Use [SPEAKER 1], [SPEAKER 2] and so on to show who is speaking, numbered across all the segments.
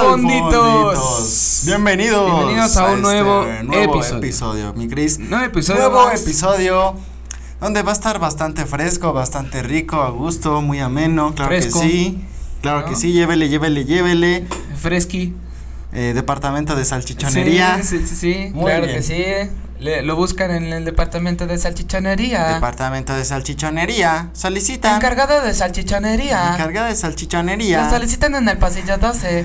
[SPEAKER 1] Fonditos.
[SPEAKER 2] Fonditos. Bienvenidos. este
[SPEAKER 1] Bienvenidos a un nuevo episodio.
[SPEAKER 2] mi Cris.
[SPEAKER 1] Nuevo episodio
[SPEAKER 2] Nuevo
[SPEAKER 1] más.
[SPEAKER 2] episodio donde va a estar bastante fresco, bastante rico, a gusto, muy ameno, claro
[SPEAKER 1] Fresco. Ah.
[SPEAKER 2] que sí. Claro
[SPEAKER 1] ¿No?
[SPEAKER 2] que sí, llévele, llévele, llévele.
[SPEAKER 1] Fresqui.
[SPEAKER 2] Eh, departamento de salchichonería.
[SPEAKER 1] Sí, sí, sí, sí,
[SPEAKER 2] Muy
[SPEAKER 1] claro
[SPEAKER 2] bien.
[SPEAKER 1] que sí. Le- lo buscan en el departamento de salchichanería.
[SPEAKER 2] Departamento de salchichonería. Solicitan.
[SPEAKER 1] Encargado de salchichanería.
[SPEAKER 2] Encargada de
[SPEAKER 1] Lo
[SPEAKER 2] salchichonería.
[SPEAKER 1] solicitan en el pasillo 12.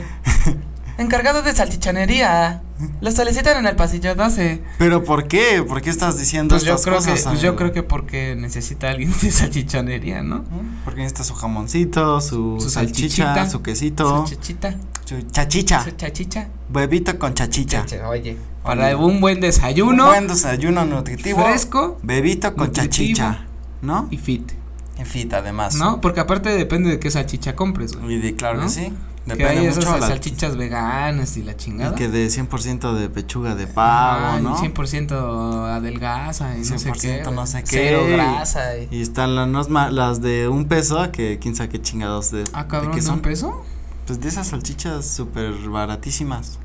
[SPEAKER 1] Encargado de salchichanería. Lo solicitan en el pasillo 12.
[SPEAKER 2] Pero ¿por qué? ¿Por qué estás diciendo
[SPEAKER 1] Pues yo,
[SPEAKER 2] estas
[SPEAKER 1] creo que,
[SPEAKER 2] cosas?
[SPEAKER 1] pues yo
[SPEAKER 2] amigo?
[SPEAKER 1] creo que porque necesita alguien de salchichanería, ¿no?
[SPEAKER 2] Porque necesita su jamoncito, su,
[SPEAKER 1] Su
[SPEAKER 2] salchicha,
[SPEAKER 1] salchichita.
[SPEAKER 2] su quesito,
[SPEAKER 1] Su chichita.
[SPEAKER 2] su chachicha,
[SPEAKER 1] Su chachicha.
[SPEAKER 2] bebito con chachicha.
[SPEAKER 1] Chacha, Oye. Para un buen desayuno.
[SPEAKER 2] Un buen desayuno nutritivo.
[SPEAKER 1] fresco
[SPEAKER 2] Bebito con
[SPEAKER 1] nutritivo.
[SPEAKER 2] chachicha, ¿no?
[SPEAKER 1] y fit.
[SPEAKER 2] En fit, además.
[SPEAKER 1] ¿No? Porque aparte depende de qué salchicha compres, güey.
[SPEAKER 2] Y de- claro
[SPEAKER 1] ¿No?
[SPEAKER 2] que sí.
[SPEAKER 1] Que hay
[SPEAKER 2] Depende
[SPEAKER 1] esas
[SPEAKER 2] mucho de la
[SPEAKER 1] salchichas veganas y la chingada.
[SPEAKER 2] Y que de 100% de pechuga de pavo,
[SPEAKER 1] Ay,
[SPEAKER 2] ¿no?
[SPEAKER 1] 100% adelgaza y no sé qué.
[SPEAKER 2] 100% no
[SPEAKER 1] güey.
[SPEAKER 2] sé qué.
[SPEAKER 1] Cero grasa y...
[SPEAKER 2] Y están las, más ma- las de un peso, que quién sabe qué chingados de,
[SPEAKER 1] Ah,
[SPEAKER 2] de
[SPEAKER 1] cabrón,
[SPEAKER 2] qué
[SPEAKER 1] ¿de
[SPEAKER 2] son.
[SPEAKER 1] un peso?
[SPEAKER 2] Pues de esas salchichas súper baratísimas.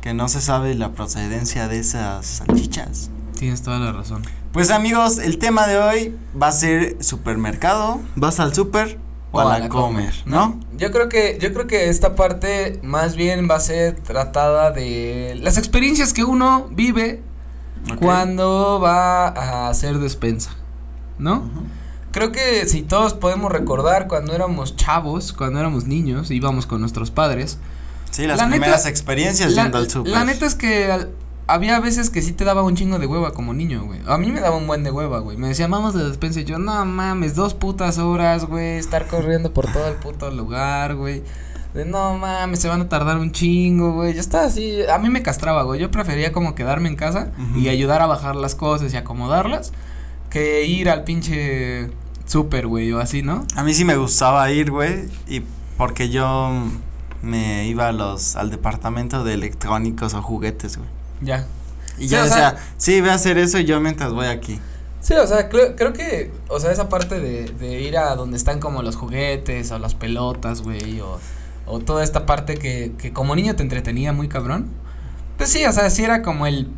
[SPEAKER 2] Que no se sabe la procedencia de esas salchichas.
[SPEAKER 1] Tienes toda la razón.
[SPEAKER 2] Pues amigos, el tema de hoy va a ser supermercado. ¿Vas al super o, a la, comer, no?
[SPEAKER 3] Yo creo que, yo creo que esta parte más bien va a ser tratada de las
[SPEAKER 1] Las experiencias que uno vive
[SPEAKER 2] Ok.
[SPEAKER 1] cuando va a hacer despensa, ¿no?
[SPEAKER 2] Ujú.
[SPEAKER 3] creo que si todos podemos recordar cuando éramos
[SPEAKER 1] Chavos, cuando éramos niños, íbamos con nuestros padres.
[SPEAKER 2] Sí, las
[SPEAKER 1] La neta-
[SPEAKER 2] primeras experiencias
[SPEAKER 1] La,
[SPEAKER 2] yendo al super.
[SPEAKER 1] la neta es que al- había veces que sí te daba un chingo de hueva como niño, güey. A mí me daba un buen de hueva, güey. Me decía, vamos de despensa. Y yo, no mames, dos putas horas, güey. Estar corriendo por todo el puto lugar, güey. De no mames, se van a tardar un chingo, güey. Yo estaba así. A mí me castraba, güey. Yo prefería como quedarme en casa
[SPEAKER 2] Ujú.
[SPEAKER 1] y ayudar a bajar las cosas y acomodarlas que ir al pinche súper, güey, o así, ¿no?
[SPEAKER 2] A mí sí me gustaba ir, güey, y porque yo mm, me iba a los al departamento de electrónicos o juguetes, güey.
[SPEAKER 1] Ya.
[SPEAKER 2] Y
[SPEAKER 3] Sí,
[SPEAKER 2] ya
[SPEAKER 3] o
[SPEAKER 2] decía,
[SPEAKER 3] sea-
[SPEAKER 2] sí, ve a hacer eso y yo mientras voy aquí.
[SPEAKER 3] Sí, o sea, creo, creo que, o sea, esa parte de, de ir a donde están como los juguetes o las pelotas, güey, o, o toda esta parte que, que como niño te entretenía muy cabrón.
[SPEAKER 1] Pues sí, o sea, sí era como el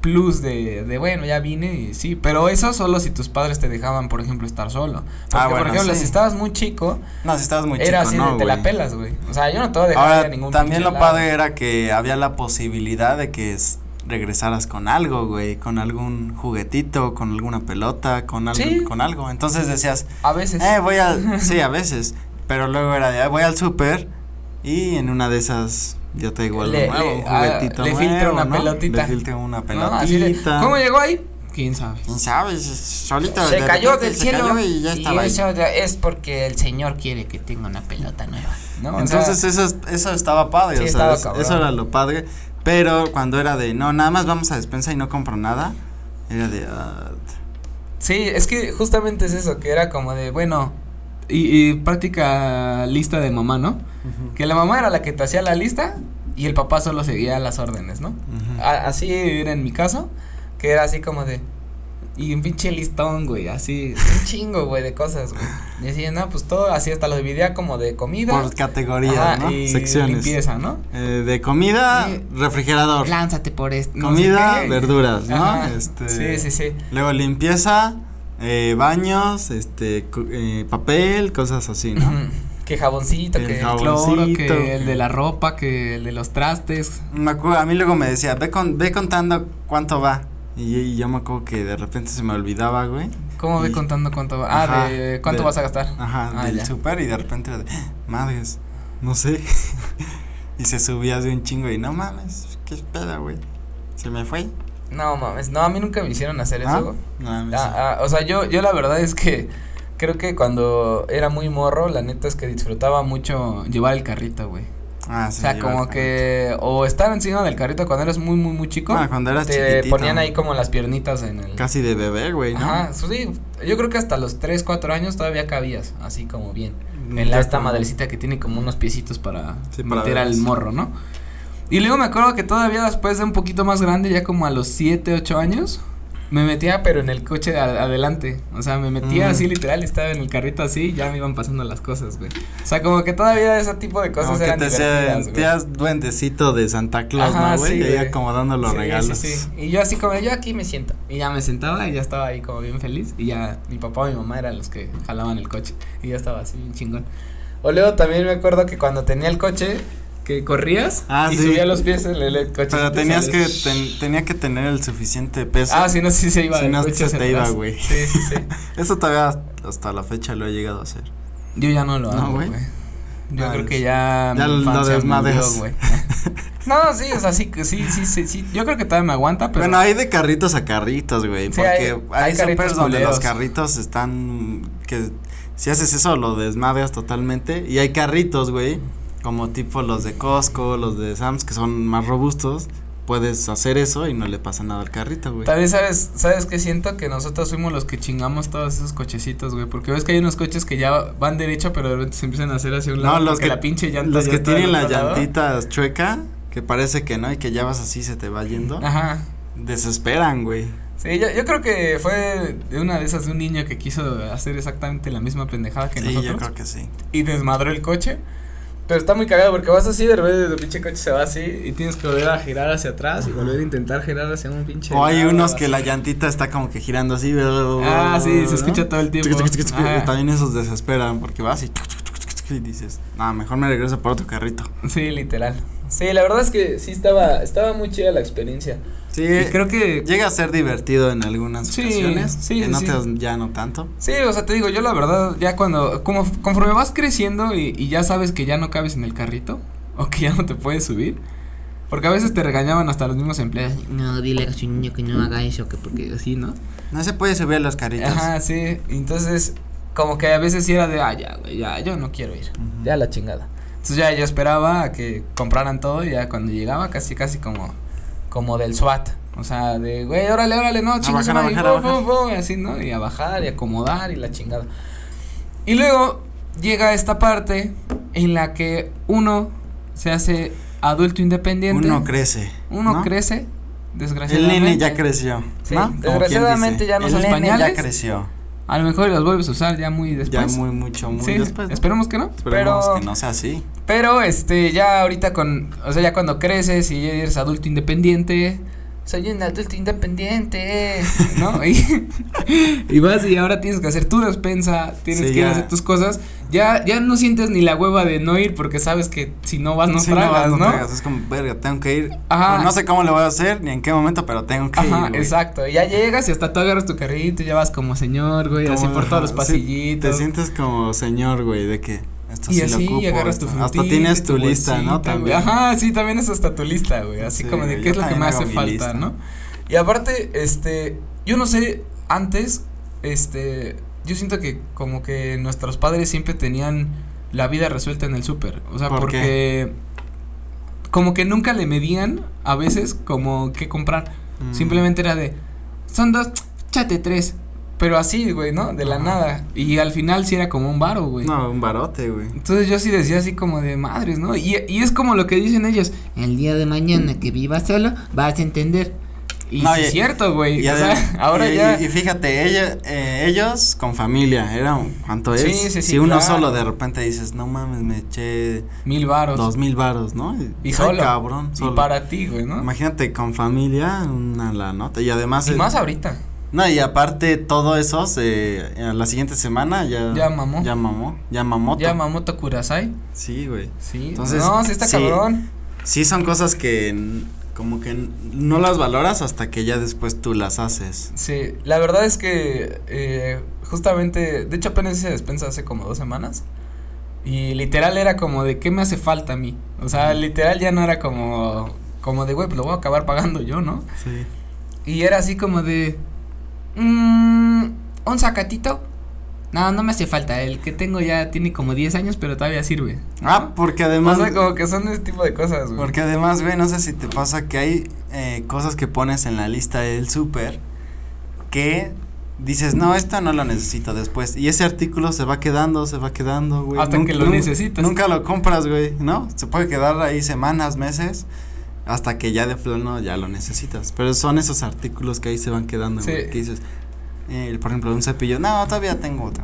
[SPEAKER 1] plus de, de bueno, ya vine y sí, pero eso solo si tus padres te dejaban, por ejemplo, estar solo. Porque,
[SPEAKER 2] Ah, bueno,
[SPEAKER 1] por ejemplo,
[SPEAKER 2] sí.
[SPEAKER 1] si estabas muy chico,
[SPEAKER 2] No, si estabas muy
[SPEAKER 1] era
[SPEAKER 2] chico,
[SPEAKER 1] así
[SPEAKER 2] no,
[SPEAKER 1] de te la
[SPEAKER 2] güey.
[SPEAKER 1] pelas, güey. O sea, yo no te voy a dejar ir
[SPEAKER 2] Ahora,
[SPEAKER 1] a ningún
[SPEAKER 2] también
[SPEAKER 1] pinche
[SPEAKER 2] lo
[SPEAKER 1] lado.
[SPEAKER 2] padre era que había la posibilidad de que es- regresaras con algo, güey, con algún juguetito, con alguna pelota, con algo,
[SPEAKER 1] Sí.
[SPEAKER 2] con algo. Entonces decías,
[SPEAKER 1] A veces.
[SPEAKER 2] eh, voy al, sí, a veces, pero luego era, de, "Ah, voy al súper y en una de esas ya traigo algo
[SPEAKER 1] Le-
[SPEAKER 2] nuevo,
[SPEAKER 1] le-
[SPEAKER 2] un
[SPEAKER 1] ah,
[SPEAKER 2] juguetito
[SPEAKER 1] le
[SPEAKER 2] nuevo,
[SPEAKER 1] filtra una
[SPEAKER 2] ¿no?
[SPEAKER 1] pelotita.
[SPEAKER 2] Le filtra una
[SPEAKER 1] ¿no? Así de,
[SPEAKER 2] pelotita.
[SPEAKER 1] ¿Cómo llegó ahí? ¿Quién sabe?
[SPEAKER 2] ¿Quién sabe? S- Solito
[SPEAKER 3] Se
[SPEAKER 2] de
[SPEAKER 3] cayó
[SPEAKER 2] repente
[SPEAKER 3] del
[SPEAKER 2] se
[SPEAKER 3] cielo
[SPEAKER 2] cayó y ya estaba ahí.
[SPEAKER 1] es porque el señor quiere que tenga una pelota nueva, ¿no?
[SPEAKER 2] Entonces eh, eso, es- eso estaba padre,
[SPEAKER 3] Sí,
[SPEAKER 2] o sea,
[SPEAKER 3] estaba
[SPEAKER 2] es-
[SPEAKER 3] cabrón.
[SPEAKER 2] eso era lo padre, pero cuando era de, no, nada más vamos a despensa y no compro nada, era de, ah,
[SPEAKER 3] Sí, es que justamente es eso, que era como de, bueno,
[SPEAKER 1] bueno, y, y práctica lista de mamá, ¿no? Que la mamá era la que te hacía la lista y el papá solo seguía las órdenes, ¿no?
[SPEAKER 2] ujú.
[SPEAKER 1] A- así era en mi caso, que era así como de. Y un pinche listón, güey, así.
[SPEAKER 3] un chingo, güey, de cosas, güey. Decía, no, pues todo, así hasta lo dividía como de comida.
[SPEAKER 2] por categoría,
[SPEAKER 3] Ajá,
[SPEAKER 2] ¿no?
[SPEAKER 1] y
[SPEAKER 2] Secciones.
[SPEAKER 1] Limpieza, ¿no?
[SPEAKER 2] Eh, de comida,
[SPEAKER 1] Eh,
[SPEAKER 2] refrigerador,
[SPEAKER 1] Lánzate por esto.
[SPEAKER 2] comida, verduras, ¿no? Este,
[SPEAKER 1] Sí, sí, sí.
[SPEAKER 2] Luego limpieza, eh, baños, este, cu- eh, papel, cosas así, ¿no?
[SPEAKER 3] Ujú, Que jaboncito,
[SPEAKER 2] El
[SPEAKER 3] que...
[SPEAKER 2] jabón.
[SPEAKER 1] Cloro,
[SPEAKER 2] Jaboncito.
[SPEAKER 1] que el de la ropa, que el de los trastes.
[SPEAKER 2] Me acuerdo, a mí luego me decía, ve, con, ve contando cuánto va. Y, y yo me acuerdo que de repente se me olvidaba, güey.
[SPEAKER 1] ¿Cómo ve
[SPEAKER 2] Y-
[SPEAKER 1] contando cuánto va?
[SPEAKER 2] Ajá,
[SPEAKER 1] Ah, de cuánto
[SPEAKER 2] de-
[SPEAKER 1] vas a gastar.
[SPEAKER 2] Ajá,
[SPEAKER 1] Ah,
[SPEAKER 2] del
[SPEAKER 1] ya.
[SPEAKER 2] súper y de repente era de, madres, no sé. y se subía de un chingo y no mames, qué pedo, güey. Se me fue.
[SPEAKER 3] No, mames, no, a mí nunca me hicieron hacer
[SPEAKER 2] ¿Ah?
[SPEAKER 3] eso, güey.
[SPEAKER 2] No mames.
[SPEAKER 3] Ah, ah, o sea, yo, yo la verdad es que creo que cuando era muy morro, la neta es que disfrutaba mucho llevar el carrito, güey.
[SPEAKER 2] Ah, sí,
[SPEAKER 3] O sea,
[SPEAKER 2] lleva
[SPEAKER 3] como
[SPEAKER 2] el
[SPEAKER 3] que o estar encima del carrito cuando eras muy, muy, muy chico.
[SPEAKER 2] carrito. Ah, cuando eras
[SPEAKER 3] te
[SPEAKER 2] chiquitito,
[SPEAKER 3] ponían ahí como las piernitas en el...
[SPEAKER 2] Casi de bebé, güey, ¿no?
[SPEAKER 3] Ajá, pues sí, yo creo que hasta los 3, 4 años todavía cabías, así como bien.
[SPEAKER 2] Mm,
[SPEAKER 3] En la
[SPEAKER 2] ya
[SPEAKER 3] esta
[SPEAKER 2] como-
[SPEAKER 3] madrecita que tiene como unos piecitos para
[SPEAKER 2] Sí, para
[SPEAKER 3] meter al
[SPEAKER 2] bebés.
[SPEAKER 3] morro, ¿no?
[SPEAKER 1] Y luego me acuerdo que todavía después de un poquito más grande, ya como a los 7, 8 años, Me metía, pero en el coche de a- adelante. O sea, me metía
[SPEAKER 2] Mm.
[SPEAKER 1] así literal, estaba en el carrito así y ya me iban pasando las cosas, güey. O sea, como que todavía ese tipo de cosas
[SPEAKER 2] Como que
[SPEAKER 1] eran
[SPEAKER 2] te
[SPEAKER 1] divertidas, güey.
[SPEAKER 2] sentías duendecito de Santa Claus,
[SPEAKER 1] Ajá,
[SPEAKER 2] ¿no, güey?
[SPEAKER 1] sí,
[SPEAKER 2] y ahí
[SPEAKER 1] güey.
[SPEAKER 2] acomodando los
[SPEAKER 1] Sí,
[SPEAKER 2] regalos.
[SPEAKER 1] sí, sí. Y yo así como, yo aquí me siento. Y ya me sentaba y ya estaba ahí como bien feliz. Y ya mi papá y mi mamá eran los que jalaban el coche. Y ya estaba así bien chingón. O luego también me acuerdo que cuando tenía el coche, que corrías
[SPEAKER 2] Ah,
[SPEAKER 1] y
[SPEAKER 2] sí.
[SPEAKER 1] subía los pies en el, el coche.
[SPEAKER 2] Pero
[SPEAKER 1] y te
[SPEAKER 2] tenías que,
[SPEAKER 1] salía.
[SPEAKER 2] ten- tenía que tener el suficiente peso.
[SPEAKER 1] Ah, si no, sí se iba.
[SPEAKER 2] Si
[SPEAKER 1] el
[SPEAKER 2] no,
[SPEAKER 1] coche
[SPEAKER 2] se
[SPEAKER 1] hacia
[SPEAKER 2] te iba,
[SPEAKER 1] atrás.
[SPEAKER 2] güey.
[SPEAKER 1] Sí, sí, sí.
[SPEAKER 2] Eso todavía hasta la fecha lo he llegado a hacer.
[SPEAKER 1] Yo ya no lo
[SPEAKER 2] No,
[SPEAKER 1] hago,
[SPEAKER 2] güey.
[SPEAKER 1] güey. Yo
[SPEAKER 2] Ah,
[SPEAKER 1] creo
[SPEAKER 2] es-
[SPEAKER 1] que ya.
[SPEAKER 2] ya
[SPEAKER 1] mi
[SPEAKER 2] lo
[SPEAKER 1] infancia
[SPEAKER 2] desmadres.
[SPEAKER 1] murió, güey. No, sí, o sea, sí, que sí, sí, sí, sí. Yo creo que todavía me aguanta, pero.
[SPEAKER 2] bueno, hay de carritos a carritos, güey.
[SPEAKER 1] Sí, hay-
[SPEAKER 2] porque hay,
[SPEAKER 1] hay
[SPEAKER 2] supers
[SPEAKER 1] carritos
[SPEAKER 2] donde los
[SPEAKER 1] culeros.
[SPEAKER 2] carritos están. que si haces eso lo desmadreas totalmente. Y hay carritos, güey. Como tipo los de Costco, los de Sam's, que son más robustos. Puedes hacer eso y no le pasa nada al carrito, güey.
[SPEAKER 1] También sabes, sabes que siento que nosotros fuimos los que chingamos todos esos cochecitos, güey, porque ves que hay unos coches que ya van derecho, pero de repente se empiezan a hacer hacia un lado.
[SPEAKER 2] No, los
[SPEAKER 1] porque
[SPEAKER 2] que,
[SPEAKER 1] la pinche llanta
[SPEAKER 2] los
[SPEAKER 1] ya
[SPEAKER 2] que
[SPEAKER 1] está
[SPEAKER 2] tienen
[SPEAKER 1] del
[SPEAKER 2] la
[SPEAKER 1] otro lado.
[SPEAKER 2] llantita chueca, que parece que no y que ya vas así se te va yendo,
[SPEAKER 1] Ajá.
[SPEAKER 2] desesperan, güey.
[SPEAKER 1] Sí, yo, yo creo que fue de una de esas de un niño que quiso hacer exactamente la misma pendejada que
[SPEAKER 2] Sí,
[SPEAKER 1] nosotros
[SPEAKER 2] yo creo que sí.
[SPEAKER 1] y desmadró el coche. Pero está muy cagado porque vas así, de repente tu pinche coche se va así y tienes que volver a girar hacia atrás y volver a intentar girar hacia un pinche.
[SPEAKER 2] O hay
[SPEAKER 1] lado,
[SPEAKER 2] unos que
[SPEAKER 1] así.
[SPEAKER 2] la llantita está como que girando así.
[SPEAKER 1] Ah, sí, se
[SPEAKER 2] ¿no?
[SPEAKER 1] escucha todo el tiempo. Ajá.
[SPEAKER 2] También esos desesperan porque vas y, y dices, no, mejor me regreso por otro carrito.
[SPEAKER 1] Sí, literal.
[SPEAKER 3] Sí, la verdad es que sí estaba, estaba muy chida la experiencia.
[SPEAKER 2] Sí,
[SPEAKER 1] Y creo que
[SPEAKER 2] llega a ser divertido en algunas
[SPEAKER 1] Sí,
[SPEAKER 2] ocasiones,
[SPEAKER 1] sí,
[SPEAKER 2] en
[SPEAKER 1] sí.
[SPEAKER 2] otras ya no tanto.
[SPEAKER 1] Sí, o sea, te digo, yo la verdad, ya cuando, como conforme vas creciendo y, y ya sabes que ya no cabes en el carrito, o que ya no te puedes subir, porque a veces te regañaban hasta los mismos empleados. No, dile a su niño que no haga eso, que porque así, ¿no?
[SPEAKER 2] No se puede subir a los carritos.
[SPEAKER 1] Ajá, sí, entonces, como que a veces sí era de, ah, ya, güey, ya, yo no quiero ir,
[SPEAKER 2] Ujú.
[SPEAKER 1] ya la chingada. Entonces ya yo esperaba a que compraran todo y ya cuando llegaba casi, casi como, como del SWAT. O sea, de, güey, órale, órale, no, chingas,
[SPEAKER 2] bajar, a
[SPEAKER 1] madre,
[SPEAKER 2] bajar, a
[SPEAKER 1] pum, pum, pum, y así, ¿no? Y a bajar y acomodar y la chingada. Y luego llega esta parte en la que uno se hace adulto independiente.
[SPEAKER 2] Uno crece.
[SPEAKER 1] uno
[SPEAKER 2] ¿no?
[SPEAKER 1] crece,
[SPEAKER 2] El
[SPEAKER 1] desgraciadamente.
[SPEAKER 2] nene ya creció.
[SPEAKER 1] Sí,
[SPEAKER 2] ¿no? Como quien
[SPEAKER 1] desgraciadamente
[SPEAKER 2] dice,
[SPEAKER 1] ya no
[SPEAKER 2] el
[SPEAKER 1] son
[SPEAKER 2] nene
[SPEAKER 1] pañales.
[SPEAKER 2] Ya creció.
[SPEAKER 1] A lo mejor los vuelves a usar ya muy
[SPEAKER 2] Ya
[SPEAKER 1] después.
[SPEAKER 2] muy, mucho, muy
[SPEAKER 1] Sí,
[SPEAKER 2] después. pues, ¿no?
[SPEAKER 1] esperemos que no.
[SPEAKER 2] Esperemos
[SPEAKER 1] pero
[SPEAKER 2] que no sea así.
[SPEAKER 1] Pero este, ya ahorita con, o sea, ya cuando creces y ya eres adulto independiente. Soy un adulto independiente, ¿no? Y, y vas y ahora tienes que hacer tu despensa, tienes
[SPEAKER 2] Sí,
[SPEAKER 1] que ir
[SPEAKER 2] ya.
[SPEAKER 1] a hacer tus cosas. Ya, ya no sientes ni la hueva de no ir porque sabes que si no vas Ah, no
[SPEAKER 2] Sí,
[SPEAKER 1] tragas,
[SPEAKER 2] vas,
[SPEAKER 1] ¿no?
[SPEAKER 2] tragas, Es como, verga, tengo que ir.
[SPEAKER 1] Ajá.
[SPEAKER 2] No sé cómo lo voy a hacer ni en qué momento, pero tengo que
[SPEAKER 1] Ajá,
[SPEAKER 2] ir. güey.
[SPEAKER 1] exacto. Ya llegas y hasta tú agarras tu carrito y ya vas como señor, güey,
[SPEAKER 2] Como,
[SPEAKER 1] así por todos los
[SPEAKER 2] ajá, sí,
[SPEAKER 1] pasillitos.
[SPEAKER 2] te sientes como señor, güey, de que esto
[SPEAKER 1] y
[SPEAKER 2] sí lo
[SPEAKER 1] así
[SPEAKER 2] ocupo,
[SPEAKER 1] agarras tu
[SPEAKER 2] esto- Hasta
[SPEAKER 1] frutita,
[SPEAKER 2] tienes tu, lista,
[SPEAKER 1] bolsita,
[SPEAKER 2] ¿no?
[SPEAKER 1] güey.
[SPEAKER 2] También.
[SPEAKER 1] Ajá, sí, también es hasta tu lista, güey.
[SPEAKER 2] Sí,
[SPEAKER 1] Así como de
[SPEAKER 2] güey,
[SPEAKER 1] qué
[SPEAKER 2] yo
[SPEAKER 1] es lo que
[SPEAKER 2] también
[SPEAKER 1] me
[SPEAKER 2] hago
[SPEAKER 1] hace
[SPEAKER 2] mi
[SPEAKER 1] falta,
[SPEAKER 2] lista.
[SPEAKER 1] ¿no?
[SPEAKER 3] Y aparte, este, yo no sé, antes,
[SPEAKER 1] Este, yo siento que como que nuestros padres siempre tenían la vida resuelta en el súper, o sea,
[SPEAKER 2] ¿Por
[SPEAKER 1] porque como que nunca le medían a veces como qué comprar.
[SPEAKER 2] Mm.
[SPEAKER 1] Simplemente era de son dos, chate tres. Pero así, güey, ¿no? De la
[SPEAKER 2] Ajá.
[SPEAKER 1] nada. Y al final sí era como un varo, güey.
[SPEAKER 2] No, un barote, güey.
[SPEAKER 1] Entonces yo sí decía así como de madres, ¿no? Y, y es como lo que dicen ellos, el día de mañana que vivas solo vas a entender. Y
[SPEAKER 2] No,
[SPEAKER 1] sí
[SPEAKER 2] y-
[SPEAKER 1] es cierto, güey.
[SPEAKER 2] Y
[SPEAKER 1] o sea,
[SPEAKER 2] adem-
[SPEAKER 1] ahora
[SPEAKER 2] y-
[SPEAKER 1] ya...
[SPEAKER 2] Y fíjate, ella, eh, ellos con familia, era un- ¿cuánto es?
[SPEAKER 1] Sí, sí, sí,
[SPEAKER 2] si uno
[SPEAKER 1] claro.
[SPEAKER 2] solo de repente dices, no mames, me eché
[SPEAKER 1] mil varos.
[SPEAKER 2] dos mil varos, ¿no?
[SPEAKER 1] Y
[SPEAKER 2] ay,
[SPEAKER 1] solo.
[SPEAKER 2] cabrón, solo.
[SPEAKER 1] Y para ti, güey, ¿no?
[SPEAKER 2] Imagínate con familia, una la nota. Y además.
[SPEAKER 1] Y
[SPEAKER 2] eh,
[SPEAKER 1] más ahorita.
[SPEAKER 2] No, y aparte todo eso, se, a la siguiente semana ya.
[SPEAKER 1] Ya mamó.
[SPEAKER 2] Ya mamó. Ya mamoto.
[SPEAKER 1] Ya Mamoto Kurasai.
[SPEAKER 2] Sí, güey.
[SPEAKER 1] Sí.
[SPEAKER 2] Entonces,
[SPEAKER 1] no, sí está
[SPEAKER 2] sí.
[SPEAKER 1] cabrón.
[SPEAKER 2] Sí, son cosas que n- como que n- no las valoras hasta que ya después tú las haces.
[SPEAKER 1] Sí, la verdad es que eh, justamente, de hecho apenas hice despensa hace como dos semanas y literal era como de qué me hace falta a mí, o sea, literal ya no era como, como de güey, pues lo voy a acabar pagando yo, ¿no?
[SPEAKER 2] Sí.
[SPEAKER 1] Y era así como de. Mmm, un sacatito. No, no me hace falta. El que tengo ya tiene como 10 años, pero todavía sirve.
[SPEAKER 2] Ah, porque
[SPEAKER 1] O
[SPEAKER 2] además.
[SPEAKER 1] sea, como que son ese tipo de cosas, güey.
[SPEAKER 2] Porque además, güey, no sé si te pasa que hay eh, cosas que pones en la lista del súper que dices, no, esto no lo necesito después. Y ese artículo se va quedando, se va quedando, güey.
[SPEAKER 1] Hasta que lo
[SPEAKER 2] nun-
[SPEAKER 1] necesitas.
[SPEAKER 2] Nunca lo compras, güey, ¿no? Se puede quedar ahí semanas, meses. hasta que ya de plano ya lo necesitas. Pero son esos artículos que ahí se van quedando,
[SPEAKER 1] Sí.
[SPEAKER 2] güey, que dices, eh, por ejemplo, un cepillo, no, todavía tengo otro,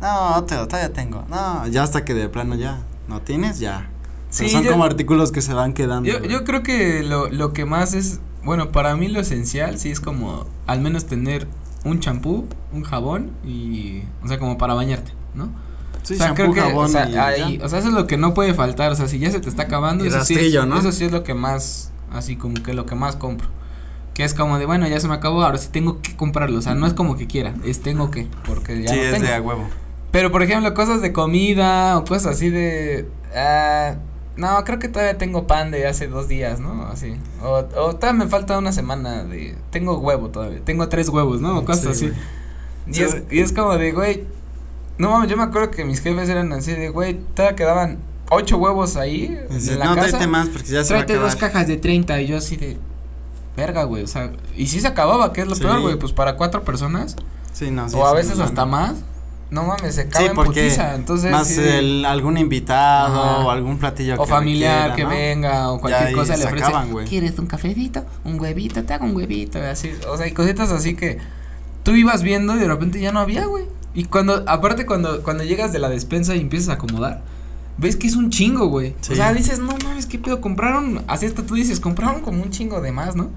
[SPEAKER 2] no, otro, todavía tengo, no, ya hasta que de plano ya, no tienes, ya. Pero
[SPEAKER 1] Sí,
[SPEAKER 2] son
[SPEAKER 1] yo-
[SPEAKER 2] como artículos que se van quedando.
[SPEAKER 1] Yo,
[SPEAKER 2] güey.
[SPEAKER 1] yo creo que lo, lo que más es, bueno, para mí lo esencial sí es como al menos tener un champú, un jabón y, o sea, como para bañarte, ¿no?
[SPEAKER 2] sí,
[SPEAKER 1] o sea,
[SPEAKER 2] shampoo, jabón
[SPEAKER 1] o sea,
[SPEAKER 2] y
[SPEAKER 1] ahí-
[SPEAKER 2] ya.
[SPEAKER 1] o sea, eso es lo que no puede faltar, o sea, si ya se te está acabando,
[SPEAKER 2] Y
[SPEAKER 1] eso, sí
[SPEAKER 2] rastrillo,
[SPEAKER 1] es,
[SPEAKER 2] ¿no?
[SPEAKER 1] eso sí es lo que más, así como que lo que más compro. Que es como de, bueno, ya se me acabó, ahora sí tengo que comprarlo, o sea, no es como que quiera, es tengo que, porque ya
[SPEAKER 2] Sí,
[SPEAKER 1] no
[SPEAKER 2] es
[SPEAKER 1] tengo.
[SPEAKER 2] de a huevo.
[SPEAKER 1] Pero por ejemplo, cosas de comida o cosas así de. ah, no, creo que todavía tengo pan de hace dos días, ¿no? Así. O, o todavía me falta una semana de. Tengo huevo todavía. Tengo tres huevos, ¿no? O cosas
[SPEAKER 2] Sí,
[SPEAKER 1] así. Y
[SPEAKER 2] Sí,
[SPEAKER 1] es,
[SPEAKER 2] güey.
[SPEAKER 1] y es como de, güey. No mames, yo me acuerdo que mis jefes eran así de, güey, todavía quedaban ocho huevos ahí
[SPEAKER 2] Dices,
[SPEAKER 1] en la
[SPEAKER 2] no,
[SPEAKER 1] casa.
[SPEAKER 2] tráete más porque ya se va a
[SPEAKER 1] Tráete dos
[SPEAKER 2] acabar.
[SPEAKER 1] cajas de 30 y yo así de. Verga, güey, o sea, y si se acababa, que es lo
[SPEAKER 2] Sí.
[SPEAKER 1] peor, güey, pues para cuatro personas,
[SPEAKER 2] Sí, no, sí,
[SPEAKER 1] o a
[SPEAKER 2] sí,
[SPEAKER 1] veces
[SPEAKER 2] no,
[SPEAKER 1] hasta
[SPEAKER 2] no.
[SPEAKER 1] más, no mames, se acaba
[SPEAKER 2] Sí,
[SPEAKER 1] en
[SPEAKER 2] porque
[SPEAKER 1] putiza, entonces.
[SPEAKER 2] más
[SPEAKER 1] sí,
[SPEAKER 2] el, algún invitado
[SPEAKER 1] Ajá.
[SPEAKER 2] o algún platillo
[SPEAKER 1] o
[SPEAKER 2] que
[SPEAKER 1] familiar
[SPEAKER 2] requiera,
[SPEAKER 1] que
[SPEAKER 2] ¿no?
[SPEAKER 1] venga o cualquier
[SPEAKER 2] ahí
[SPEAKER 1] cosa le
[SPEAKER 2] se
[SPEAKER 1] ofrece.
[SPEAKER 2] acaban, güey.
[SPEAKER 1] ¿Quieres un cafecito? Un huevito, te hago un huevito, así, o sea, y cositas así que tú ibas viendo y de repente ya no había, güey. Y cuando aparte cuando cuando llegas de la despensa y empiezas a acomodar, ves que es un chingo, güey.
[SPEAKER 2] Sí.
[SPEAKER 1] O sea, dices, "No mames, qué pedo compraron." Así hasta tú dices, "Compraron como un chingo de más, ¿no?"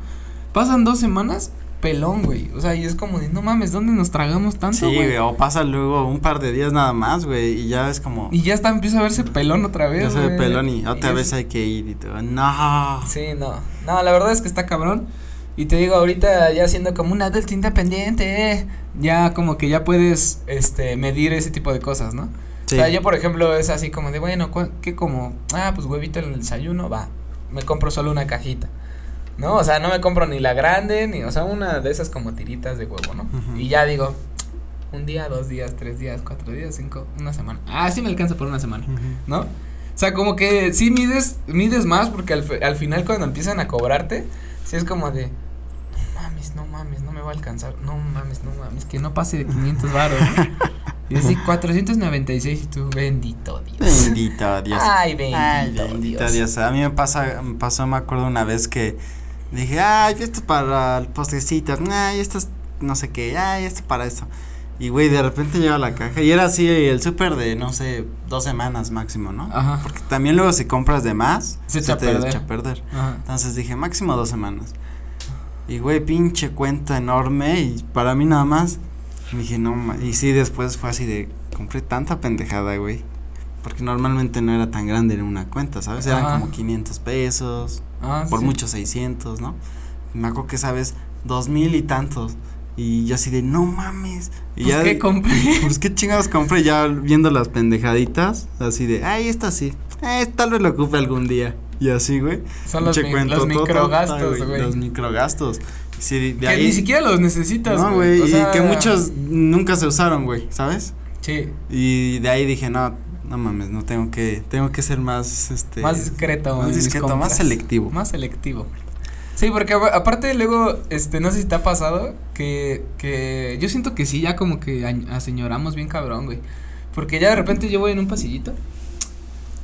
[SPEAKER 1] Pasan dos semanas pelón, güey. O sea, y es como de, "No mames, ¿dónde nos tragamos tanto,
[SPEAKER 2] Sí, güey, o pasa luego un par de días nada más, güey, y ya es como,
[SPEAKER 1] Y ya está, empieza a verse pelón otra vez.
[SPEAKER 2] ya se ve
[SPEAKER 1] güey.
[SPEAKER 2] pelón y otra
[SPEAKER 1] es-
[SPEAKER 2] vez hay que ir y todo, no.
[SPEAKER 1] Sí, no. No, la verdad es que está cabrón. Y te digo, ahorita ya siendo como un adulto independiente, ya como que ya puedes este medir ese tipo de cosas, ¿no?
[SPEAKER 2] Sí.
[SPEAKER 1] O sea, yo por ejemplo es así como de, bueno, ¿cu- ¿qué como? Ah, pues huevito en el desayuno, va. Me compro solo una cajita. No, o sea, no me compro ni la grande, ni, o sea, una de esas como tiritas de huevo, ¿no?
[SPEAKER 2] Ujú.
[SPEAKER 1] Y ya digo, un día, dos días, tres días, cuatro días, cinco, una semana. Ah, sí me alcanza por una semana.
[SPEAKER 2] Ujú.
[SPEAKER 1] ¿no? O sea, como que sí mides, mides más porque al, fe- al final cuando empiezan a cobrarte, sí es como de, no mames, no mames, no me va a alcanzar, no mames, no mames, que no pase de 500 varos. ¿no? Y así 496 y tú, bendito Dios.
[SPEAKER 2] Bendito Dios.
[SPEAKER 1] Ay, bendito,
[SPEAKER 2] Ay, bendito
[SPEAKER 1] Dios.
[SPEAKER 2] Dios. A mí me pasa, me pasó, me acuerdo una vez que dije, ay, esto para el postrecito, ay, esto es no sé qué, ay, esto para esto. Y güey, de repente llega la caja y era así el súper de, no sé, dos semanas máximo, ¿no?
[SPEAKER 1] Ajá,
[SPEAKER 2] Porque también luego si compras de más,
[SPEAKER 1] Se echa a perder.
[SPEAKER 2] echa a perder.
[SPEAKER 1] ajá.
[SPEAKER 2] Entonces dije, máximo dos semanas. Y güey, pinche cuenta enorme y para mí nada más. Y dije, no, ma-". y sí, después fue así de, compré tanta pendejada, güey. Porque normalmente no era tan grande en una cuenta, ¿sabes? Eran
[SPEAKER 1] Ajá.
[SPEAKER 2] como 500 pesos,
[SPEAKER 1] Ah,
[SPEAKER 2] por
[SPEAKER 1] sí.
[SPEAKER 2] mucho 600, ¿no? Me acuerdo que, ¿sabes? Dos mil y tantos. Y yo así de, no mames. Y
[SPEAKER 1] Pues, ¿qué compré?
[SPEAKER 2] pues qué chingados compré ya viendo las pendejaditas, así de, ay, esta sí, eh, tal vez lo ocupe algún día. Y así, güey.
[SPEAKER 1] Son los,
[SPEAKER 2] Pinche
[SPEAKER 1] mi-
[SPEAKER 2] cuento
[SPEAKER 1] los
[SPEAKER 2] totota,
[SPEAKER 1] microgastos, güey.
[SPEAKER 2] Los microgastos. Sí, de
[SPEAKER 1] Que
[SPEAKER 2] ahí.
[SPEAKER 1] ni siquiera los necesitas,
[SPEAKER 2] no,
[SPEAKER 1] güey.
[SPEAKER 2] güey,
[SPEAKER 1] o
[SPEAKER 2] y
[SPEAKER 1] sea,
[SPEAKER 2] que muchos nunca se usaron, güey, ¿sabes?
[SPEAKER 1] Sí,
[SPEAKER 2] Y de ahí dije, no, no mames, no tengo que, tengo que ser más, este.
[SPEAKER 1] más discreto.
[SPEAKER 2] más
[SPEAKER 1] en mis
[SPEAKER 2] discreto, más
[SPEAKER 1] compras.
[SPEAKER 2] selectivo.
[SPEAKER 1] Más selectivo. Sí, porque apa- aparte luego, este, no sé si te ha pasado que, que yo siento que sí, ya como que añ- aseñoramos bien cabrón, güey. Porque ya de repente yo voy en un pasillito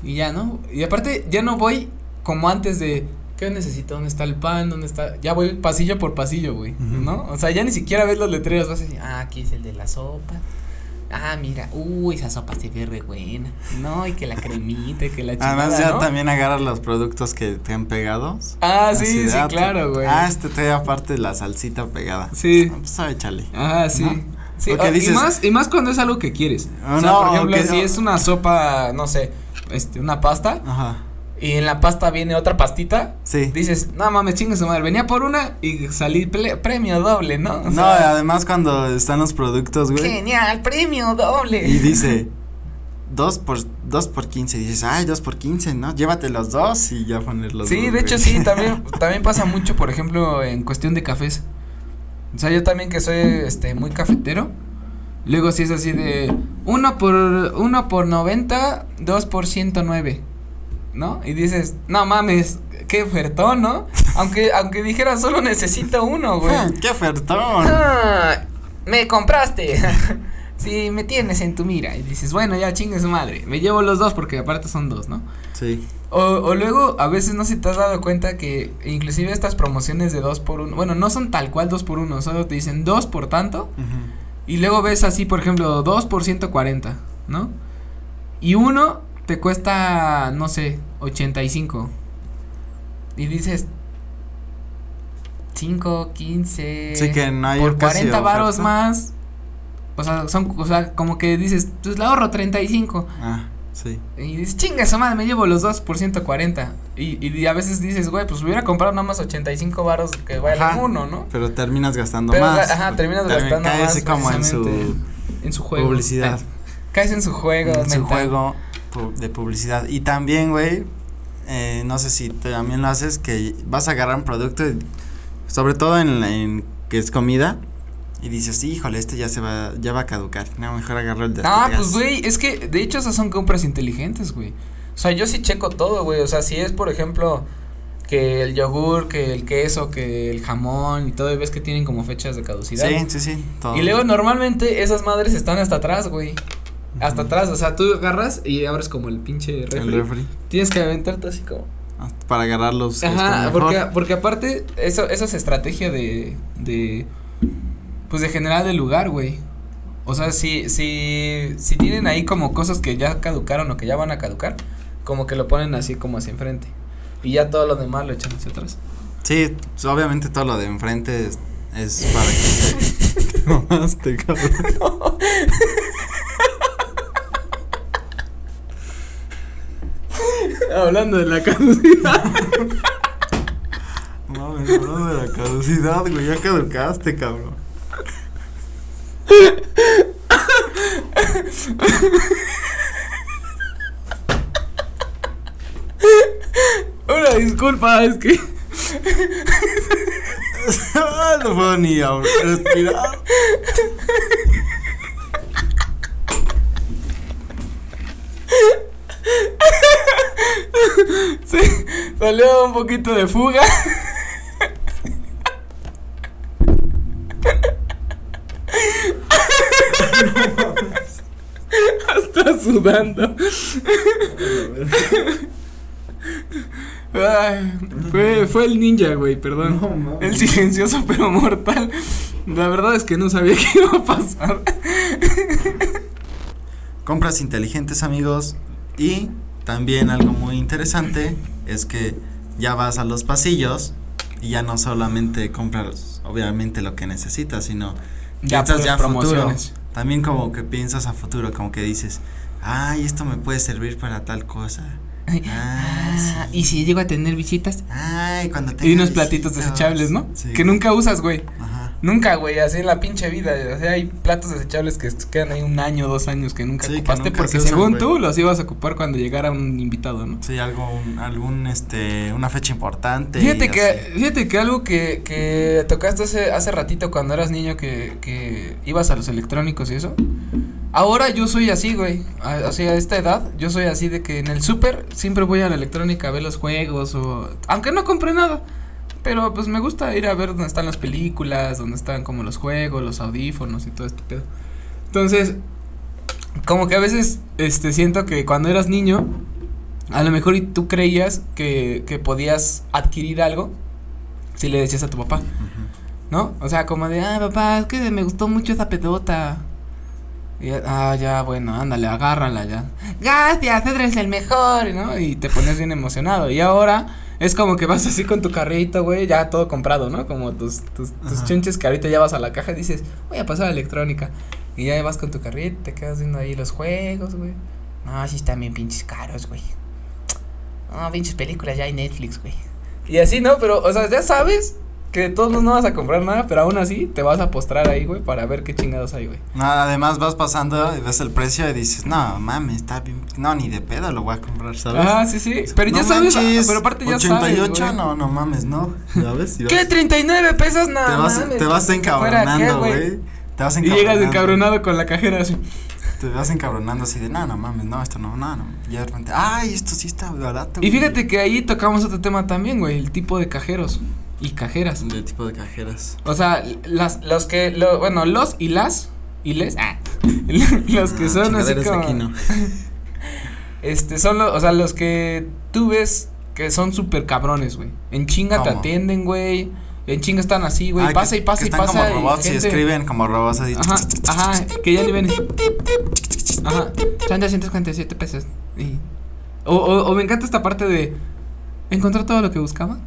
[SPEAKER 1] y ya, ¿no? Y aparte ya no voy como antes de, ¿qué necesito? ¿Dónde está el pan? ¿Dónde está? Ya voy pasillo por pasillo, güey,
[SPEAKER 2] Ujú.
[SPEAKER 1] ¿no? O sea, ya ni siquiera ves los letreros, vas a decir, ah, aquí es el de la sopa. Ah, mira, uy, esa sopa se ve re buena. No, y que la cremita, y que la chingada,
[SPEAKER 2] Además, ah, ya
[SPEAKER 1] ¿no?
[SPEAKER 2] también agarras los productos que te han pegados.
[SPEAKER 1] Ah,
[SPEAKER 2] Así
[SPEAKER 1] sí,
[SPEAKER 2] de,
[SPEAKER 1] sí,
[SPEAKER 2] ah, te-
[SPEAKER 1] claro, güey.
[SPEAKER 2] Ah, este trae aparte la salsita pegada.
[SPEAKER 1] Sí.
[SPEAKER 2] Ah, Pues sabe, chale.
[SPEAKER 1] Ah, sí.
[SPEAKER 2] ¿No?
[SPEAKER 1] Sí,
[SPEAKER 2] Porque
[SPEAKER 1] ah, y
[SPEAKER 2] dices-
[SPEAKER 1] más, y más cuando es algo que quieres.
[SPEAKER 2] Ah,
[SPEAKER 1] o sea,
[SPEAKER 2] no,
[SPEAKER 1] por ejemplo,
[SPEAKER 2] que-
[SPEAKER 1] si es una sopa, no sé, este, una pasta,
[SPEAKER 2] Ajá.
[SPEAKER 1] y en la pasta viene otra pastita,
[SPEAKER 2] Sí.
[SPEAKER 1] dices, no mames, chingue su madre, venía por una y salí ple- premio doble, ¿no? O
[SPEAKER 2] No,
[SPEAKER 1] sea,
[SPEAKER 2] además cuando están los productos, güey.
[SPEAKER 1] genial, premio doble.
[SPEAKER 2] Y dice, dos por, dos por quince. Y dices, ay, dos por quince, ¿no? Llévate los dos y ya poner los
[SPEAKER 1] Sí,
[SPEAKER 2] dos,
[SPEAKER 1] de hecho
[SPEAKER 2] güey".
[SPEAKER 1] sí, también, también pasa mucho, por ejemplo, en cuestión de cafés. O sea, yo también que soy este muy cafetero. Luego sí es así de uno por uno por 90, dos por 109. ¿No? Y dices, "No mames, qué ofertón, ¿no?" Aunque aunque dijera solo necesito uno, güey.
[SPEAKER 2] Ah, ¡Qué ofertón!
[SPEAKER 1] Ah, me compraste. sí, me tienes en tu mira. Y dices, "Bueno, ya chingue su madre. Me llevo los dos porque aparte son dos, ¿no?"
[SPEAKER 2] Sí.
[SPEAKER 1] O, o luego, a veces no sé si te has dado cuenta que inclusive estas promociones de dos por uno, bueno, no son tal cual dos por uno, solo te dicen dos por tanto,
[SPEAKER 2] Ujú.
[SPEAKER 1] y luego ves así, por ejemplo, dos por 140, ¿no? Y uno te cuesta, no sé, 85. Y dices 5, 15.
[SPEAKER 2] Sí, que no hay
[SPEAKER 1] por
[SPEAKER 2] casi
[SPEAKER 1] 40 varos
[SPEAKER 2] oferta.
[SPEAKER 1] más. O sea, son, o sea, como que dices, pues le ahorro 35.
[SPEAKER 2] Ah, sí.
[SPEAKER 1] Y dices, chinga, su madre, me llevo los dos por 140. Y, y a veces dices, güey, pues hubiera comprado nada más 85 varos que valen
[SPEAKER 2] Ajá.
[SPEAKER 1] uno, ¿no?
[SPEAKER 2] Pero terminas gastando
[SPEAKER 1] Pero,
[SPEAKER 2] más.
[SPEAKER 1] ajá, terminas
[SPEAKER 2] También
[SPEAKER 1] gastando
[SPEAKER 2] caes
[SPEAKER 1] más,
[SPEAKER 2] como en su
[SPEAKER 1] precisamente. En su juego.
[SPEAKER 2] publicidad.
[SPEAKER 1] Eh, Caes en su juego,
[SPEAKER 2] en su
[SPEAKER 1] mental.
[SPEAKER 2] juego pu- de publicidad. Y también, güey, eh, no sé si te- también lo haces, que vas a agarrar un producto, y- sobre todo en, en que es comida, y dices, híjole, este ya se va, ya va a caducar. No, mejor agarro el de
[SPEAKER 1] Ah,
[SPEAKER 2] atrás".
[SPEAKER 1] pues güey, es que de hecho esas son compras inteligentes, güey. O sea, yo sí checo todo, güey. O sea, si es, por ejemplo, que el yogur, que el queso, que el jamón y todo, y ves que tienen como fechas de caducidad.
[SPEAKER 2] Sí, sí, sí. todo.
[SPEAKER 1] Y luego normalmente esas madres están hasta atrás, güey. Hasta
[SPEAKER 2] Ujú.
[SPEAKER 1] atrás, o sea, tú agarras y abres como el pinche
[SPEAKER 2] El
[SPEAKER 1] refri.
[SPEAKER 2] refri.
[SPEAKER 1] Tienes que aventarte así como.
[SPEAKER 2] ah, Para agarrar los. que
[SPEAKER 1] Ajá,
[SPEAKER 2] están
[SPEAKER 1] porque,
[SPEAKER 2] mejor.
[SPEAKER 1] porque aparte, eso, eso es estrategia de, de, pues de generar el lugar, güey. O sea, si, si, si tienen ahí como cosas que ya caducaron o que ya van a caducar, como que lo ponen así como hacia enfrente. Y ya todo lo demás lo echan hacia atrás.
[SPEAKER 2] Sí, pues, obviamente todo lo de enfrente es, es para que te mamaste, cabrón.
[SPEAKER 1] Hablando de la caducidad.
[SPEAKER 2] Mames, hablando de la caducidad, güey, ya caducaste, cabrón.
[SPEAKER 1] Una disculpa, es que.
[SPEAKER 2] Ah, no puedo ni ab- respirar.
[SPEAKER 1] Salió un poquito de fuga. Está sudando. Ay, fue, fue el ninja, güey, perdón.
[SPEAKER 2] No mames.
[SPEAKER 1] el silencioso pero mortal. La verdad es que no sabía qué iba a pasar.
[SPEAKER 2] Compras inteligentes, amigos. Y también algo muy interesante es que ya vas a los pasillos y ya no solamente compras, obviamente, lo que necesitas, sino piensas
[SPEAKER 1] puras
[SPEAKER 2] ya a futuro. También como que piensas a futuro, como que dices, ay, esto me puede servir para tal cosa.
[SPEAKER 1] Ay,
[SPEAKER 2] Ah,
[SPEAKER 1] ah,
[SPEAKER 2] sí.
[SPEAKER 1] y si llego a tener visitas.
[SPEAKER 2] Ay, cuando tenga
[SPEAKER 1] Y unos platitos
[SPEAKER 2] visitas".
[SPEAKER 1] desechables, ¿no?
[SPEAKER 2] Sí.
[SPEAKER 1] Que nunca usas, güey.
[SPEAKER 2] Ajá.
[SPEAKER 1] Nunca, güey, así en la pinche vida. O sea, hay platos desechables que s- quedan ahí un año, dos años que nunca
[SPEAKER 2] Sí, que
[SPEAKER 1] ocupaste
[SPEAKER 2] nunca
[SPEAKER 1] porque
[SPEAKER 2] se usan,
[SPEAKER 1] según
[SPEAKER 2] güey.
[SPEAKER 1] tú los ibas a ocupar cuando llegara un invitado, ¿no?
[SPEAKER 2] Sí, algo, un- algún, este, una fecha importante. y
[SPEAKER 1] Fíjate
[SPEAKER 2] así.
[SPEAKER 1] que, fíjate que algo que, que tocaste hace, hace ratito cuando eras niño que, que ibas a los electrónicos y eso. Ahora yo soy así, güey. a- O sea, a esta edad, yo soy así de que en el súper siempre voy a la electrónica a ver los juegos o... Aunque no compré nada. Pero pues me gusta ir a ver dónde están las películas, dónde están como los juegos, los audífonos y todo este pedo. Entonces, como que a veces, este, siento que cuando eras niño, a lo mejor y tú creías que, que podías adquirir algo si le decías a tu papá,
[SPEAKER 2] Ujú.
[SPEAKER 1] ¿no? O sea, como de, ah, papá, es que me gustó mucho esa pedota. Y, ya, ah, ya, bueno, ándale, agárrala ya. Gracias, eres el mejor, ¿no? Y te pones bien emocionado. Y ahora es como que vas así con tu carrito, güey, ya todo comprado, ¿no? Como tus, tus, tus
[SPEAKER 2] Ajá.
[SPEAKER 1] chunches que ahorita ya vas a la caja y dices, voy a pasar a electrónica. Y ya vas con tu carrito, te quedas viendo ahí los juegos, güey. No, sí están bien pinches caros, güey. No, pinches películas ya hay Netflix, güey. Y así, ¿no? Pero, o sea, ya sabes que de todos modos no vas a comprar nada, pero aún así te vas a postrar ahí, güey, para ver qué chingados hay, güey.
[SPEAKER 2] No, además vas pasando y ves el precio y dices, no, mames, está bien. No, ni de pedo lo voy a comprar, ¿sabes?
[SPEAKER 1] Ajá, sí, Ah, sí. Pero ya
[SPEAKER 2] No
[SPEAKER 1] sabes, ah,
[SPEAKER 2] manches,
[SPEAKER 1] pero aparte ya
[SPEAKER 2] 88,
[SPEAKER 1] sabes. güey.
[SPEAKER 2] no, no mames, no. ¿Sabes? Y
[SPEAKER 1] ¿Qué?
[SPEAKER 2] vas-
[SPEAKER 1] ¿39 pesos? No,
[SPEAKER 2] Te vas,
[SPEAKER 1] mames,
[SPEAKER 2] te vas
[SPEAKER 1] que fuera, ¿qué,
[SPEAKER 2] encabronando, güey. Te vas
[SPEAKER 1] Y llegas
[SPEAKER 2] encabronando.
[SPEAKER 1] encabronado con la cajera así.
[SPEAKER 2] Te vas encabronando así de, no, no mames, no, esto no, no, no. Y de repente, ay, esto sí está barato.
[SPEAKER 1] Y
[SPEAKER 2] güey".
[SPEAKER 1] fíjate que ahí tocamos otro tema también, güey, el tipo de cajeros y cajeras.
[SPEAKER 2] De tipo de cajeras.
[SPEAKER 1] O sea, las, los que, lo- bueno, los y las, y les, ah, los que
[SPEAKER 2] Ah,
[SPEAKER 1] son así
[SPEAKER 2] chingaderas de
[SPEAKER 1] como,
[SPEAKER 2] aquí no.
[SPEAKER 1] Este, son los, o sea, los que tú ves que son súper cabrones, güey. En chinga te
[SPEAKER 2] ¿Cómo?
[SPEAKER 1] atienden, güey. En chinga están así, güey.
[SPEAKER 2] Ah,
[SPEAKER 1] pasa
[SPEAKER 2] que-
[SPEAKER 1] y pasa
[SPEAKER 2] que
[SPEAKER 1] y
[SPEAKER 2] están
[SPEAKER 1] pasa.
[SPEAKER 2] como
[SPEAKER 1] y
[SPEAKER 2] robots y
[SPEAKER 1] gente-
[SPEAKER 2] escriben como robots así.
[SPEAKER 1] Ajá, ajá, que ya le ven. Ajá, son 247 pesos. Y- O, o, o me encanta esta parte de. Encontró todo lo que buscaba.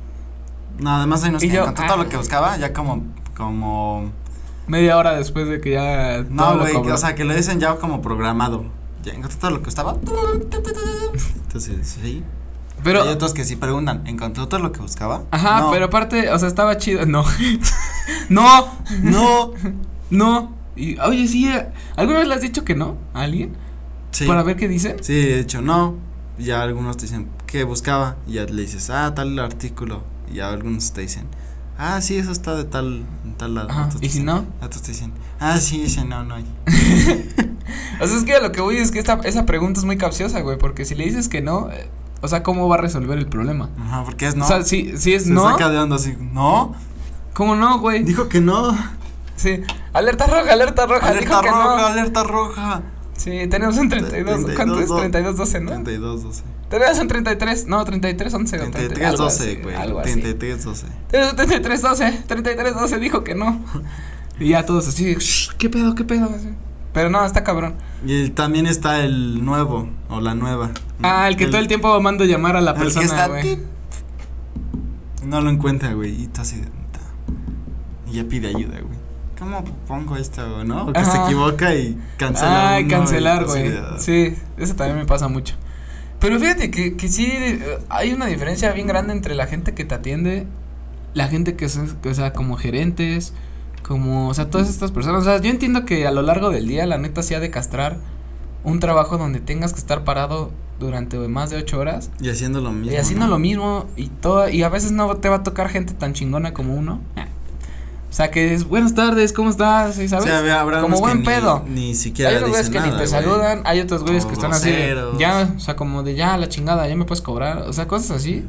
[SPEAKER 2] No, además ahí nos
[SPEAKER 1] Y yo,
[SPEAKER 2] encontró todo
[SPEAKER 1] ah.
[SPEAKER 2] lo que buscaba, ya como, como,
[SPEAKER 1] Media hora después de que ya. todo
[SPEAKER 2] no,
[SPEAKER 1] lo
[SPEAKER 2] güey, que-
[SPEAKER 1] cobró.
[SPEAKER 2] o sea, que lo dicen ya como programado. Ya encontró todo lo que buscaba. Entonces, sí. Pero
[SPEAKER 1] pero.
[SPEAKER 2] hay otros que sí preguntan, ¿encontró todo lo que buscaba?
[SPEAKER 1] Ajá,
[SPEAKER 2] No.
[SPEAKER 1] pero aparte, o sea, estaba chido. No. no,
[SPEAKER 2] No.
[SPEAKER 1] no. Y, oye, sí. eh, ¿Alguna vez le has dicho que no a alguien?
[SPEAKER 2] Sí.
[SPEAKER 1] Para ver qué dice.
[SPEAKER 2] Sí, de hecho, no. Y Ya algunos te dicen, ¿qué buscaba? Y ya le dices, ah, tal artículo. Y ya algunos te dicen, ah, sí, eso está de tal, en tal lado.
[SPEAKER 1] Ajá,
[SPEAKER 2] Otros te
[SPEAKER 1] y si
[SPEAKER 2] dicen-
[SPEAKER 1] no.
[SPEAKER 2] Otros te dicen, ah, sí, ese no, no hay.
[SPEAKER 1] O sea, es que a lo que voy es que esta, esa pregunta es muy capciosa, güey. Porque si le dices que no, eh, o sea, ¿cómo va a resolver el problema?
[SPEAKER 2] Ajá, porque es no.
[SPEAKER 1] O sea, si, si es
[SPEAKER 2] Se
[SPEAKER 1] no.
[SPEAKER 2] saca de onda así, no,
[SPEAKER 1] ¿Cómo no, güey?
[SPEAKER 2] dijo que no.
[SPEAKER 1] Sí. Alerta roja, alerta roja.
[SPEAKER 2] alerta
[SPEAKER 1] dijo que
[SPEAKER 2] roja,
[SPEAKER 1] No.
[SPEAKER 2] alerta roja.
[SPEAKER 1] Sí, tenemos un 32. ¿Cuánto es? 32, 12, ¿no?
[SPEAKER 2] 32, 12.
[SPEAKER 1] Tenemos un 33. No, 33, 11.
[SPEAKER 2] 33, 12, güey.
[SPEAKER 1] Algo así.
[SPEAKER 2] 33, 12.
[SPEAKER 1] Tenemos un 33, 12. 33, 12 dijo que no. Y ya todos así. "Shh, ¿Qué pedo, qué pedo? Así. Pero no, está cabrón.
[SPEAKER 2] Y también está el nuevo, o la nueva. ¿no?
[SPEAKER 1] Ah, el que todo el tiempo mando llamar a la
[SPEAKER 2] Mm, el que
[SPEAKER 1] persona,
[SPEAKER 2] está
[SPEAKER 1] güey.
[SPEAKER 2] No lo encuentra, güey. Y está así de. "Ta". Y ya pide ayuda, güey. ¿Cómo pongo esto, güey, no? O que se
[SPEAKER 1] Ajá.
[SPEAKER 2] equivoca y cancela.
[SPEAKER 1] Ay,
[SPEAKER 2] uno,
[SPEAKER 1] Ah, cancelar,
[SPEAKER 2] y así
[SPEAKER 1] güey.
[SPEAKER 2] de, "Ah".
[SPEAKER 1] Sí, eso también me pasa mucho. Pero fíjate que, que sí eh, hay una diferencia bien grande entre la gente que te atiende, la gente que es, o sea, como gerentes, como, o sea, todas estas personas. O sea, yo entiendo que a lo largo del día, la neta, sí ha de castrar un trabajo donde tengas que estar parado durante más de ocho horas
[SPEAKER 2] Y haciendo lo mismo.
[SPEAKER 1] y haciendo lo mismo y todo y a veces no te va a tocar gente tan chingona como uno. Eh. O sea, que es buenas tardes, ¿cómo estás? ¿Sí,
[SPEAKER 2] O
[SPEAKER 1] ¿Sabes?
[SPEAKER 2] sea, habrá- habrá
[SPEAKER 1] como
[SPEAKER 2] unos que
[SPEAKER 1] buen
[SPEAKER 2] ni-
[SPEAKER 1] pedo.
[SPEAKER 2] Ni, siquiera
[SPEAKER 1] Hay unos güeyes
[SPEAKER 2] dicen
[SPEAKER 1] que ni
[SPEAKER 2] nada,
[SPEAKER 1] te
[SPEAKER 2] güey.
[SPEAKER 1] saludan, hay otros güeyes
[SPEAKER 2] O
[SPEAKER 1] que están así, de,
[SPEAKER 2] groseros.
[SPEAKER 1] ya, o sea, como de ya, la chingada, ya me puedes cobrar, o sea, cosas así,
[SPEAKER 2] Ujú.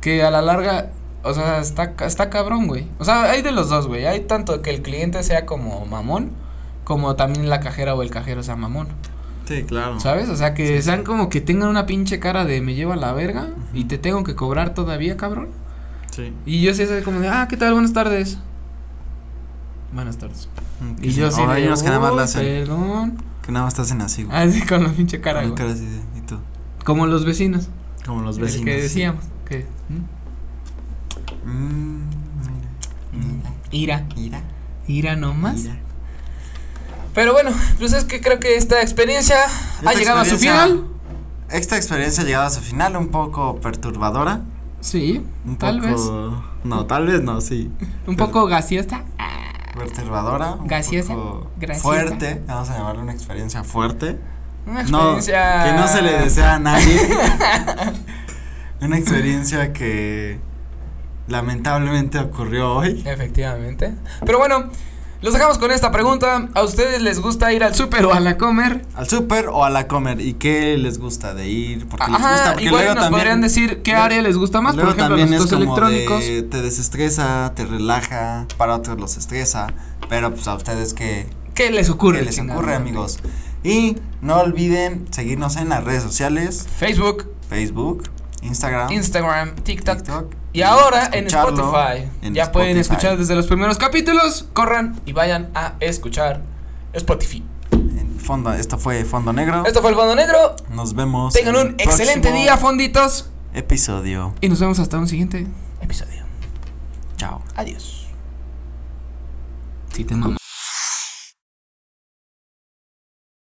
[SPEAKER 1] que a la larga, o sea, está, ca- está cabrón, güey. O sea, hay de los dos, güey, hay tanto que el cliente sea como mamón, como también la cajera o el cajero sea mamón,
[SPEAKER 2] Sí, claro.
[SPEAKER 1] ¿sabes? O sea, que sean como que tengan una pinche cara de me lleva a la verga y te tengo que cobrar todavía, cabrón.
[SPEAKER 2] Sí.
[SPEAKER 1] Y yo sí soy como de, ah, ¿qué tal? Buenas tardes. Buenas tardes. Y yo sí
[SPEAKER 2] O hay
[SPEAKER 1] de,
[SPEAKER 2] unos que nada más
[SPEAKER 1] "Uy,
[SPEAKER 2] la hacen.
[SPEAKER 1] Perdón.
[SPEAKER 2] Que nada más te hacen así, güey.
[SPEAKER 1] Así con la pinche cara,
[SPEAKER 2] Con
[SPEAKER 1] Ah, güey.
[SPEAKER 2] la cara así de, y tú.
[SPEAKER 1] Como los vecinos.
[SPEAKER 2] Como los
[SPEAKER 1] el
[SPEAKER 2] vecinos.
[SPEAKER 1] que decíamos. Que, ¿m?
[SPEAKER 2] Mm, mira,
[SPEAKER 1] Ira,
[SPEAKER 2] mira,
[SPEAKER 1] ira nomás.
[SPEAKER 2] mira.
[SPEAKER 1] Pero bueno, pues es que creo que esta experiencia ha
[SPEAKER 2] Esta
[SPEAKER 1] llegado a su
[SPEAKER 2] experiencia-
[SPEAKER 1] final.
[SPEAKER 2] Esta experiencia ha llegado a su final, un poco perturbadora.
[SPEAKER 1] Sí,
[SPEAKER 2] Un
[SPEAKER 1] tal vez.
[SPEAKER 2] poco, No, tal vez no, sí.
[SPEAKER 1] Un poco gaseosa. Ah,
[SPEAKER 2] Perturbadora. un
[SPEAKER 1] Gaseosa,
[SPEAKER 2] poco
[SPEAKER 1] graciosa.
[SPEAKER 2] Fuerte. Vamos a llamarle una experiencia fuerte.
[SPEAKER 1] Una
[SPEAKER 2] No,
[SPEAKER 1] experiencia.
[SPEAKER 2] que no se le desea a nadie. una experiencia que lamentablemente ocurrió
[SPEAKER 1] Eh.
[SPEAKER 2] hoy.
[SPEAKER 1] Efectivamente. Pero bueno, los dejamos con esta pregunta. ¿A ustedes les gusta ir al súper o a la comer?
[SPEAKER 2] Al súper o a la comer. ¿Y qué les gusta de ir? Porque les gusta.
[SPEAKER 1] Ajá,
[SPEAKER 2] Porque
[SPEAKER 1] igual
[SPEAKER 2] luego
[SPEAKER 1] nos
[SPEAKER 2] también-
[SPEAKER 1] podrían decir qué
[SPEAKER 2] luego-
[SPEAKER 1] área les gusta más, por
[SPEAKER 2] Luego
[SPEAKER 1] ejemplo, los
[SPEAKER 2] también es
[SPEAKER 1] costos
[SPEAKER 2] como
[SPEAKER 1] electrónicos.
[SPEAKER 2] de, te desestresa, te relaja, para otros los estresa, pero pues a ustedes que
[SPEAKER 1] ¿Qué les ocurre?
[SPEAKER 2] les
[SPEAKER 1] chingada
[SPEAKER 2] ocurre,
[SPEAKER 1] madre?
[SPEAKER 2] amigos. Y no olviden seguirnos en las redes sociales,
[SPEAKER 1] Facebook,
[SPEAKER 2] Facebook, Instagram,
[SPEAKER 1] Instagram, TikTok.
[SPEAKER 2] Ah. TikTok.
[SPEAKER 1] Y ahora en
[SPEAKER 2] Escucharlo
[SPEAKER 1] Spotify.
[SPEAKER 2] en
[SPEAKER 1] ya pueden
[SPEAKER 2] Spotify.
[SPEAKER 1] escuchar desde los primeros capítulos. Corran y vayan a escuchar Spotify.
[SPEAKER 2] En fondo, esto fue Fondo Negro.
[SPEAKER 1] Esto fue el Fondo Negro.
[SPEAKER 2] Nos vemos.
[SPEAKER 1] Tengan
[SPEAKER 2] en
[SPEAKER 1] un
[SPEAKER 2] el
[SPEAKER 1] excelente
[SPEAKER 2] próximo
[SPEAKER 1] día, fonditos.
[SPEAKER 2] Episodio.
[SPEAKER 1] Y nos vemos hasta un siguiente episodio.
[SPEAKER 2] Chao.
[SPEAKER 1] Adiós. Si te mama.